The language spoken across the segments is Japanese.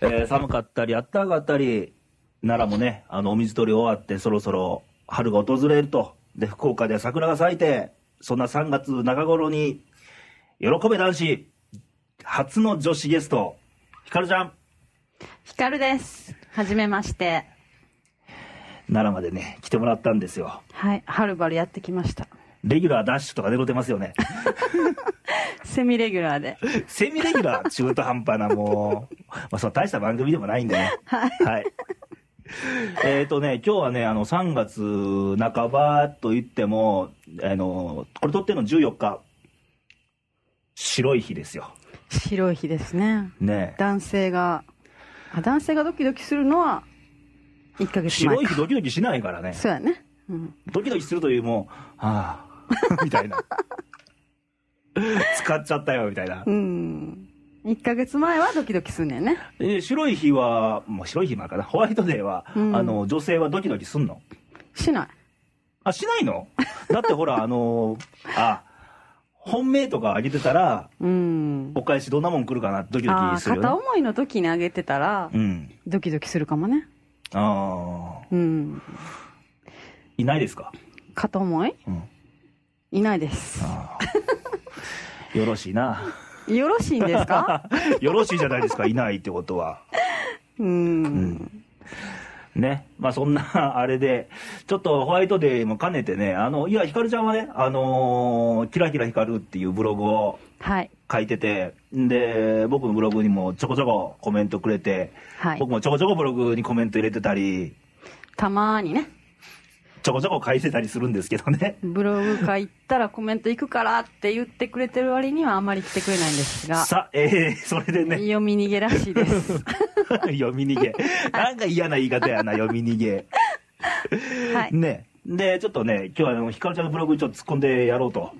えー寒かったり、あったかかったり、奈良もね、あの、お水取り終わって、そろそろ春が訪れると。で、福岡では桜が咲いて、そんな3月中頃に、喜べ男子、初の女子ゲスト、ひかるちゃん、ヒカルです。はじめまして。奈良までね、来てもらったんですよ。はい、はるばるやってきました。レギュラーダッシュとか出ろてますよね。セミレギュラーで。セミレギュラー、中途半端な、もう、まあ、そう大した番組でもないんでね。はい。えっ、とね、今日はね、あの、3月半ばと言っても、あの、これ撮ってるの14日、白い日ですよ。白い日ですね。ね男性が、あ男性がドキドキするのは、1ヶ月白前か。い日ドキドキしないからね。そうやね。うん。ドキドキするというもう、ああ、み たいな。使っちゃったよ、みたいなう。ん。1ヶ月前はドキドキすんねんね。え白い日は、もう白い日もあるかな。ホワイトデーは、うんあの、女性はドキドキすんのしない。あ、しないのだってほら、あのあ、本命とかあげてたら、うん。お返しどんなもん来るかな、ドキドああキすー、る片よね。思いの時にあげてたら、うん。ドキドキするかもね。ああ、うん。いないですか。片思いうん。いないです。あーよろしいな。よろしいんです かよろしいじゃないですか、いないってことは。うん。ね。まあそんな、あれで、ちょっとホワイトデーも兼ねてね、あの、いや、ひかるちゃんはね、あのーキラキラひかるっていうブログをはい。書いてて、んで、僕のブログにもちょこちょこコメントくれて、はい僕。もちょこちょこブログにコメント入れてたり、たまーにね。ちょこちょこ書いてたりするんですけどね。ブログ書いたらコメント行くからって言ってくれてる割にはあんまり来てくれないんですが、さあ、えー、それでね、 読み逃げらしいです。読み逃げ。なんか嫌な言い方やな、読み逃げ。はい。ね。で、ちょっとね、今日はあの、ひかるちゃんのブログにちょっと突っ込んでやろうと。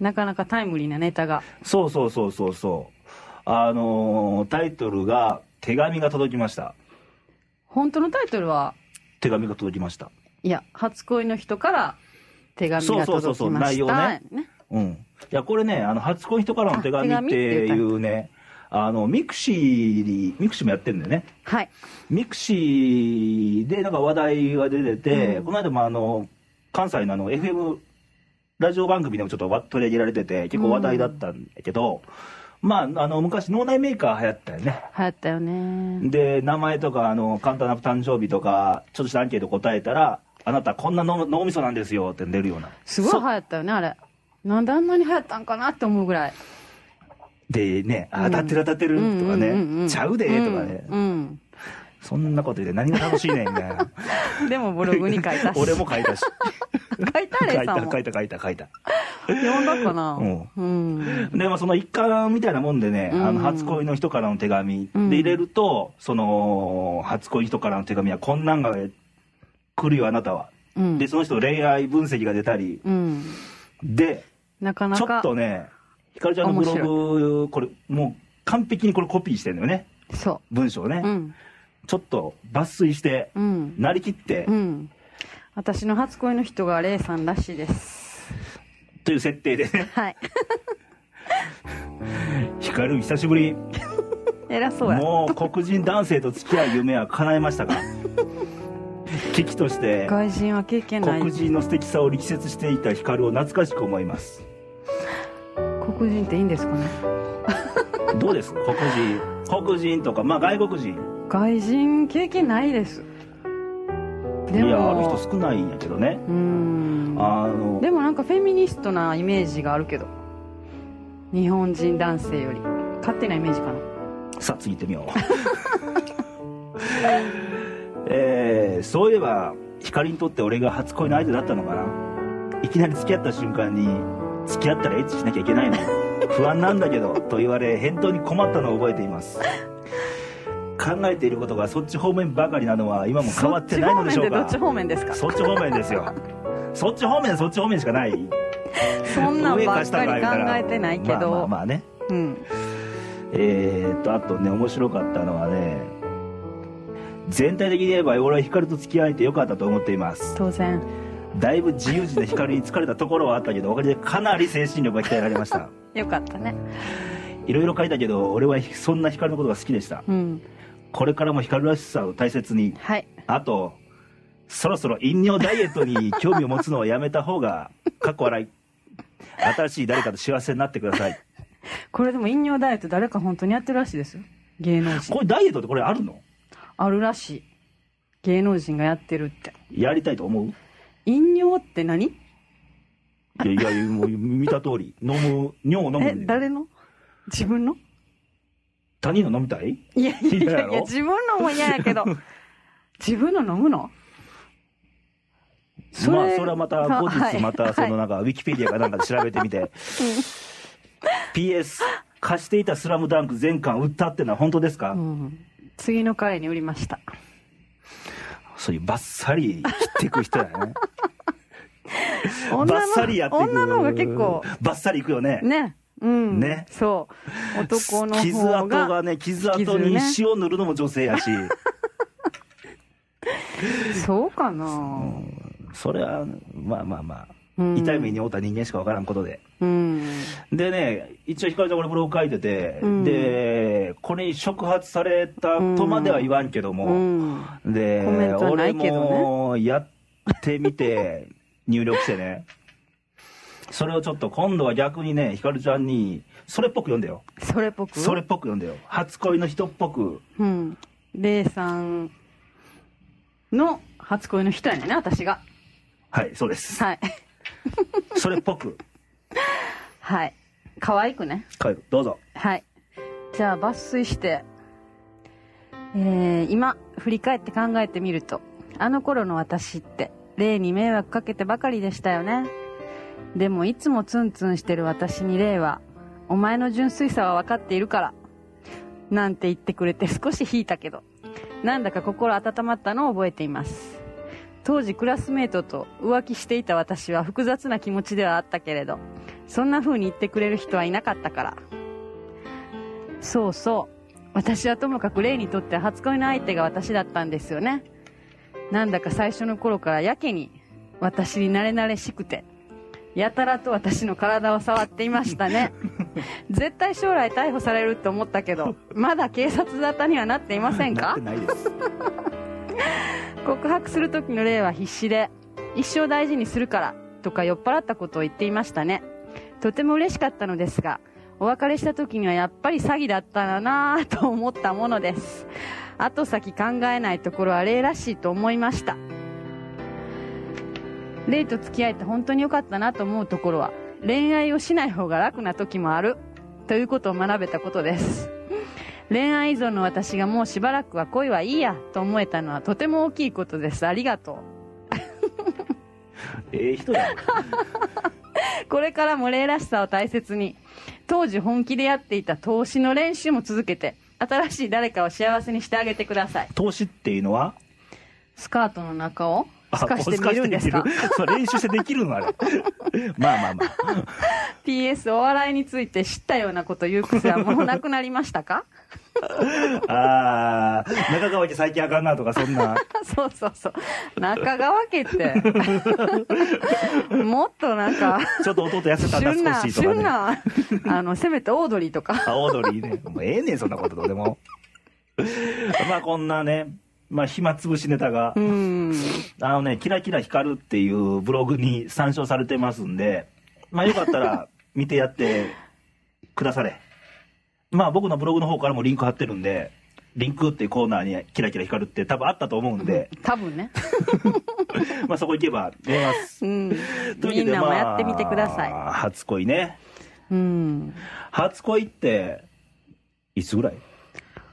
なかなかタイムリーなネタが。そうそうそうそうそう。あのータイトルが、手紙が届きました。本当のタイトルは、手紙が届きました。いや、初恋の人から手紙がそうそうそう届そうきま内し容たね。うん。いや、これね、あの、初恋人からの手紙っあ手紙てってい言うね、あの、ミクシーに、ミクシーもやってるんだよね。はい。ミクシーでなんか話題が出てて、うんこの間もあの関西のあの FM ラジオ番組でもちょっとわ取り上げられてて結構話題だったんだけど、まああの昔脳内メーカー流行ったよね流行ったよね。で名前とかあの簡単な誕生日とかちょっとしたアンケート答えたら「あなたこんなの脳みそなんですよ」って出るようなすごい流行ったよね、あれ。なんであんなに流行ったんかなって思うぐらい。でね「あうん当たってる当たってる」とかね「うんんんんちゃうで」とかね、うん。そんなこと言って何が楽しいねんみ たいなうんでもブログに書いたし。 俺も書いたし書いた書レイいさんたも。書いた書いた書いた読んだかなうんうん。 で、まあ、その一環みたいなもんでね、あうんの初恋の人からの手紙でうん入れると、その初恋の人からの手紙はこんなんが来るよあなたは、うんでその人の恋愛分析が出たりうん。でなかなちか。ょっとねひかるちゃんのブログこれもう完璧にこれコピーしてんだよねそ文章をね、う。うん。ちょっと抜粋してうん。なりきってうん。私の初恋の人がレイさんらしいです。という設定でね はい。 「ひかる久しぶり偉そうや。もう黒人男性と付き合う夢は叶えま したが危機として外人は経験ない。黒人の素敵さを力説していた光を懐かしく思います黒人っていいんですかね。どうです黒人黒人とかまあ外国人外人経験ないです。いでやある人も。少ないんやけどねうん。あのでもなんかフェミニストなイメージがあるけど。日本人男性より。勝手なイメージかな。さあ次行ってみよう えー、そういえば光にとって俺が初恋の相手だったのかないきなり付き合った瞬間に付き合ったらエッチしなきゃいけないの不安なんだけどと言われ返答に困ったのを覚えています考えていることがそっち方面ばかりなのは今も変わってないのでしょうかそっち方面でどっち方面ですそっち方面ですよ。そっち方面、そっち方面しかない。か。そんなん上ばかっ下かか言りうた考らえてないまけど。あまあまあね。うん。えー、っと、あとね、面白かったのはね、全体的に言えば俺は光と付き合えてよかったと思っています。当然。だいぶ自由自在光に疲れたところはあったけど、おかげでかなり精神力が鍛えられました。 よかったね。いろいろ書いたけど、俺はそんな光のことが好きでした。うん。これからも光らしさを大切にはいあとそろそろ飲料ダイエットに興味を持つのをやめた方がかっこ笑い新しい誰かと幸せになってくださいこれでも飲料ダイエット誰か本当にやってるらしいですよ芸能人これダイエットってこれあるのあるらしい芸能人がやってるってやりたいと思う飲料って何いやいやもう見た通り飲む尿を飲むえんだよ誰の自分の他人の飲みたいいやいやい嫌ややいやろ自分のも嫌や けど自分の飲むのまあそれはまた後日またそのはいなんかウィキペディアかなんかで調べてみて PS 貸していた「スラムダンク全巻売ったってのは本当ですか、うん次の回に売りましたそういうバッサリ切っていく人やねバ 女ッのサリやっていく女の方が結構バッサリいくよねねうんねそう男の傷方跡ががね傷跡に塩塗るのも女性や し、そうかなそれはまあまあまあ、うん痛い目に負った人間しかわからんことでうんでね一応ひかりちゃん俺ブログ書いてて、うんでこれに触発されたとまでは言わんけども、うんでコメントはないけどね俺もやってみて 入力してねそれをちょっと今度は逆にねひかるちゃんにそれっぽく読んでよそれっぽくそれっぽく読んでよ初恋の人っぽくうんレイさんの初恋の人やねんな私がはいそう ですはいそれっぽくはい可愛くね帰るどうぞはい。じゃあ抜粋して、えー今、振り返って考えてみると、あの頃の私って、霊に迷惑かけてばかりでしたよね。でも、いつもツンツンしてる私に霊は、お前の純粋さは分かっているから、なんて言ってくれて少し引いたけど、なんだか心温まったのを覚えています。当時クラスメートと浮気していた私は複雑な気持ちではあったけれど、そんな風に言ってくれる人はいなかったから、そうそう。私はともかくレイにとって初恋の相手が私だったんですよね。なんだか最初の頃からやけに私に慣れ慣れしくて、やたらと私の体を触っていましたね。絶対将来逮捕されると思ったけど、まだ警察沙汰にはなっていませんなっかてないです告白する時の例は必死で一生大事にするからとか酔っ払ったことを言っていましたねとても嬉しかったのですがお別れした時にはやっぱり詐欺だったらなぁと思ったものです後先考えないところは例らしいと思いましたレイと付き合えて本当に良かったなと思うところは恋愛をしない方が楽な時もあるということを学べたことです恋愛依存の私がもうしばらくは恋はいいやと思えたのはとても大きいことですありがとええ人やうこれからも礼らしさを大切に当時本気でやっていた投資の練習も続けて新しい誰かを幸せにしてあげてください投資っていうのはスカートの中を透かしてみるんですあか透かしてみるそう練習してできるのあれまあまあまあ PS お笑いについて知ったようなこと言う癖はもうなくなりました かああー中川家最近あかんなとかそんなそうそうそう中川家って もっとなんかちょっと弟痩せたんだ旬な少しとか旬ねなあのせめてオードリーとかあ、オードリーね。もうええねん、そんなことどうでも。 まあこんなね、まあ暇つぶしネタがう、んあのね、キラキラ光るっていうブログに参照されてますんで、まあよかったら見てやってくだされ。まあ僕のブログの方からもリンク貼ってるんで、リンクっていうコーナーにキラキラ光るって多分あったと思うん で、多分ね、まあそこ行けば見えます。うん、というわみけんでなもやってみてください、まあ初恋ね。うん、初恋って、いつぐらい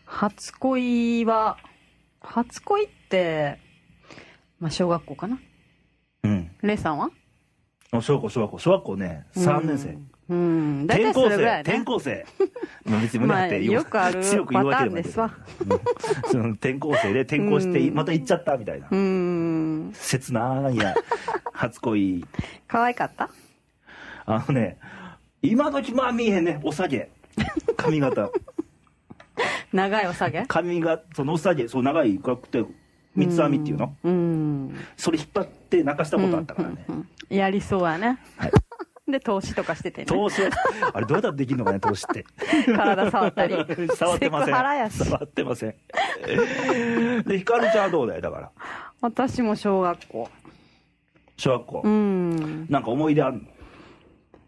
初恋は初恋って、まあ、小学校かなうん。レイさんは小学校、小学校、小学校ね、3年生。うんうん大転体そ校れぐら生、いね転校生。まあ別に無理まだあ、ってよくあるパタ強く言うわけでーンもないでけすど。わうんその転校生で転校して、うんまた行っちゃったみたいなう。ん切ないや、初恋。可愛かったあのね、今時まあ見えへんね、お下げ。髪型。長いお下げ髪が、そのお下げ、そう長い暗くて、三つ編みっていうのうんそれ引っ張って泣かしたことあったからね。うんやりそうやねはい で投資とかしててね投資は、あれどうやったらできるのかね、投資って。体触ったり 触ってませセクハラやん。し触ってません。で、ひかるちゃんはどうだいだから。私も小学校小学校う。んなんか思い出あるの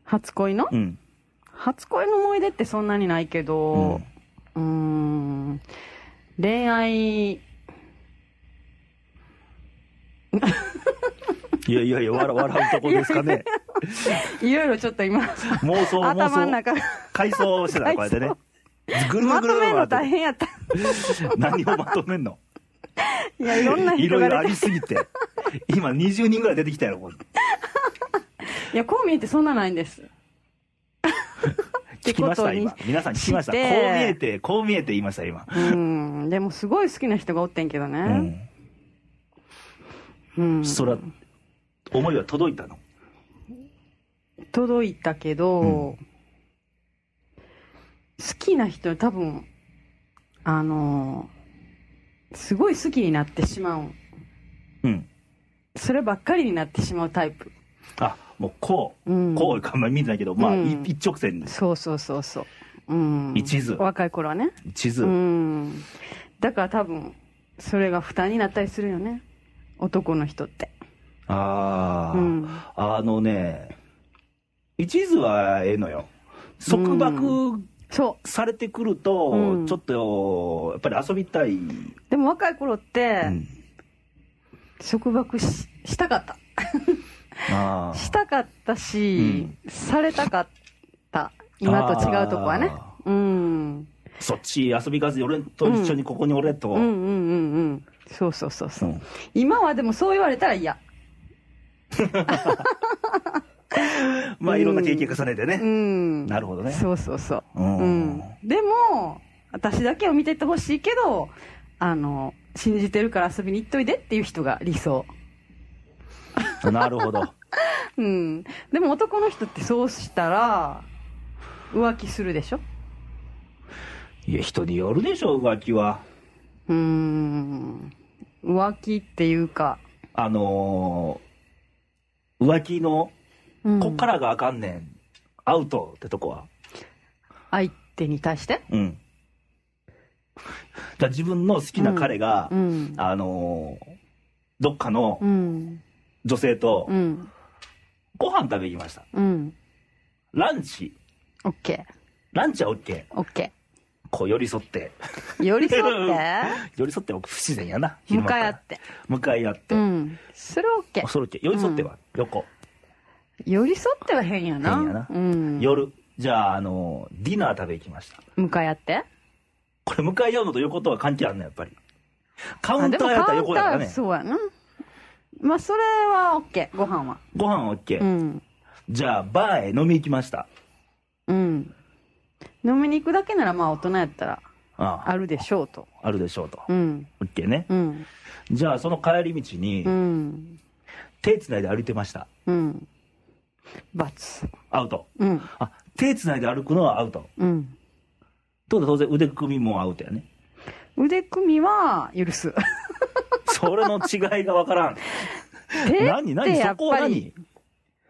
初恋の、うん。初恋の思い出ってそんなにないけどうーん恋愛いやいやいや、笑笑うとこですか ね。いろいろちょっと今妄想、妄頭の想。中が回想してた、こうやってね。ぐるまぐとるぐる回めるっのて大変 やった何をまとめんのいやいろんない人ろいろがあ出りてすぎて。今20人ぐらい出てきたやろ、ここいやこう見えてそんなないんです聞きました、ことに今。皆さん聞きました。こうし見てえて、こう見えて言いました、今。うんでもすごい好きな人がおってんけどうねん。うん、そら、思いは届いたの。届いたけど、うん好きな人多分あのすごい好きになってしまううん。そればっかりになってしまうタイプ、あ、もうこう。うん、こうかあんまり見てないけど、まあ、うんい一直線です。そうそうそうそう、うん、一途若い頃はね地図。うんだから多分それが負担になったりするよね男の人ってああ、うんあのね、一途はええのよ。束縛そされてくると、うんちょっと、やっぱり遊びたい。うでも若い頃って、うん束縛ししたかったあーしたかったし、されたかった今と違うとこはねあうんそっち遊び行かずに俺と一緒にここに俺と。うんうんうんうんそうそうそうそう、うん今はでもそう言われたら嫌まあ、いろんな経験重ねてうね。んなるほどね。そうそうそうううんんでも私だけを見てってほしいけどあの信じてるから遊びに行っといでっていう人が理想なるほど。うんでも男の人ってそうしたら浮気するでしょいや、人によるでしょ、浮気は。うーん浮気っていうか、あのー浮気の、うんこっからがあかんねん。アウトってとこは。相手に対してうん。 だ自分の好きな彼が、うんあのーどっかのうん女性とうんご飯食べ行きました。うんランチ。オッケランチは OK。ーオッケこう寄り添って。 ー寄り添って 寄り添って僕不自然やな。昼向間かかい合らって向かい合って。うんそれはオッケあーそれ OK 寄り添っては、横。寄り添っては変やな変やなうん、夜。じゃあ、あのーディナー食べ行きました。向かい合ってこれ向かい合うのと横とは関係あるの、やっぱり。カウあンでタもーやったカらウン横タだからーね。そうやなまあそれは OK ご飯はご飯 OK。うんじゃあ、バーへ飲み行きました。うん飲みに行くだけならまあ大人やったらあああるでしょうとあるでしょうと。うんオッケーね。うんじゃあ、その帰り道にう、ん手つないで歩いてました。うんバツアウト。うんあ、手つないで歩くのはアウト。うんと当然腕組みもアウトやね。腕組みは許すそれの違いがわから ん。手何って何やそっこはぱり何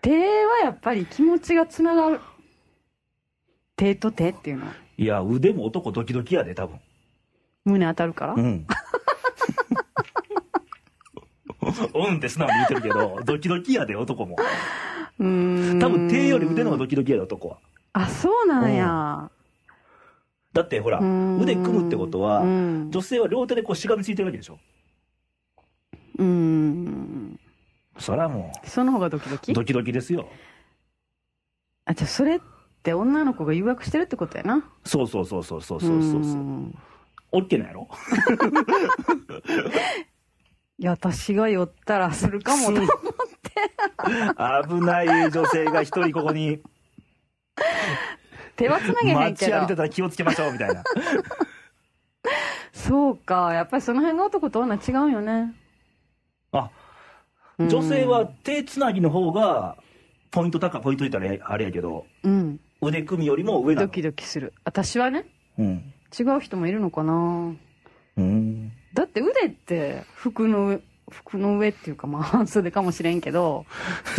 手はやっぱり気持ちがつながる手と手っていうのはいや、腕も男ドキドキやで、多分。胸当たるからうん。 うんって素直に言ってるけど、ドキドキやで、男も。うーん多分手より腕の方がドキドキやで、男は。あそうなんやだってほら、うん腕組むってことは、うん女性は両手でこうしがみついてるわけでしょ。うーんそらもその方がドキドう、キドキドキですよ。あじゃあそれって女の子が誘惑してるってことやなそうそうそうそうそうそうそうそう。んオッケーなんやろいや私が酔ったらするかもと危ない女性が一人ここに手はつなげへん待けち浴びてどたら気をつけましょうみたいな。そうかやっぱりその辺が男と女違うよねあ、うん女性は手つなぎの方が、ポイント高い、ポイントいったらあれやけど、うん腕組みよりも上なドの。キドキする私はねうん。違う人もいるのかなうん。 だって腕って服の服の上っていうかまあ半袖かもしれんけど、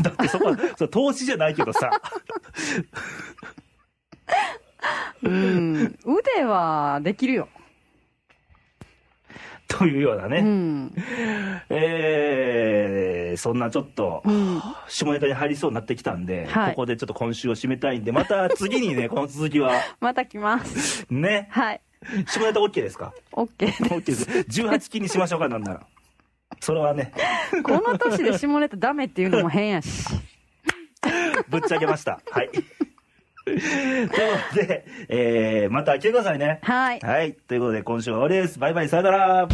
だってそこは、それ投資じゃないけど さ。うん、腕はできるよ。というようなね。うん。えー、そんなちょっとう、ん。下ネタに入りそうになってきたんで、はいここでちょっと今週を締めたいんで、また次に ね、この続きは、また来ます。ね、はい。下ネタ OK ですか OK で ?OK です。18期にしましょうか、なんなら。それはね、す。この年で下ネタダメっていうのも変やし。ぶっちゃけました。はい。ということで、えー、また来てくださいね。はい。はい。ということで、今週は終わりです。バイバイ、さよなら。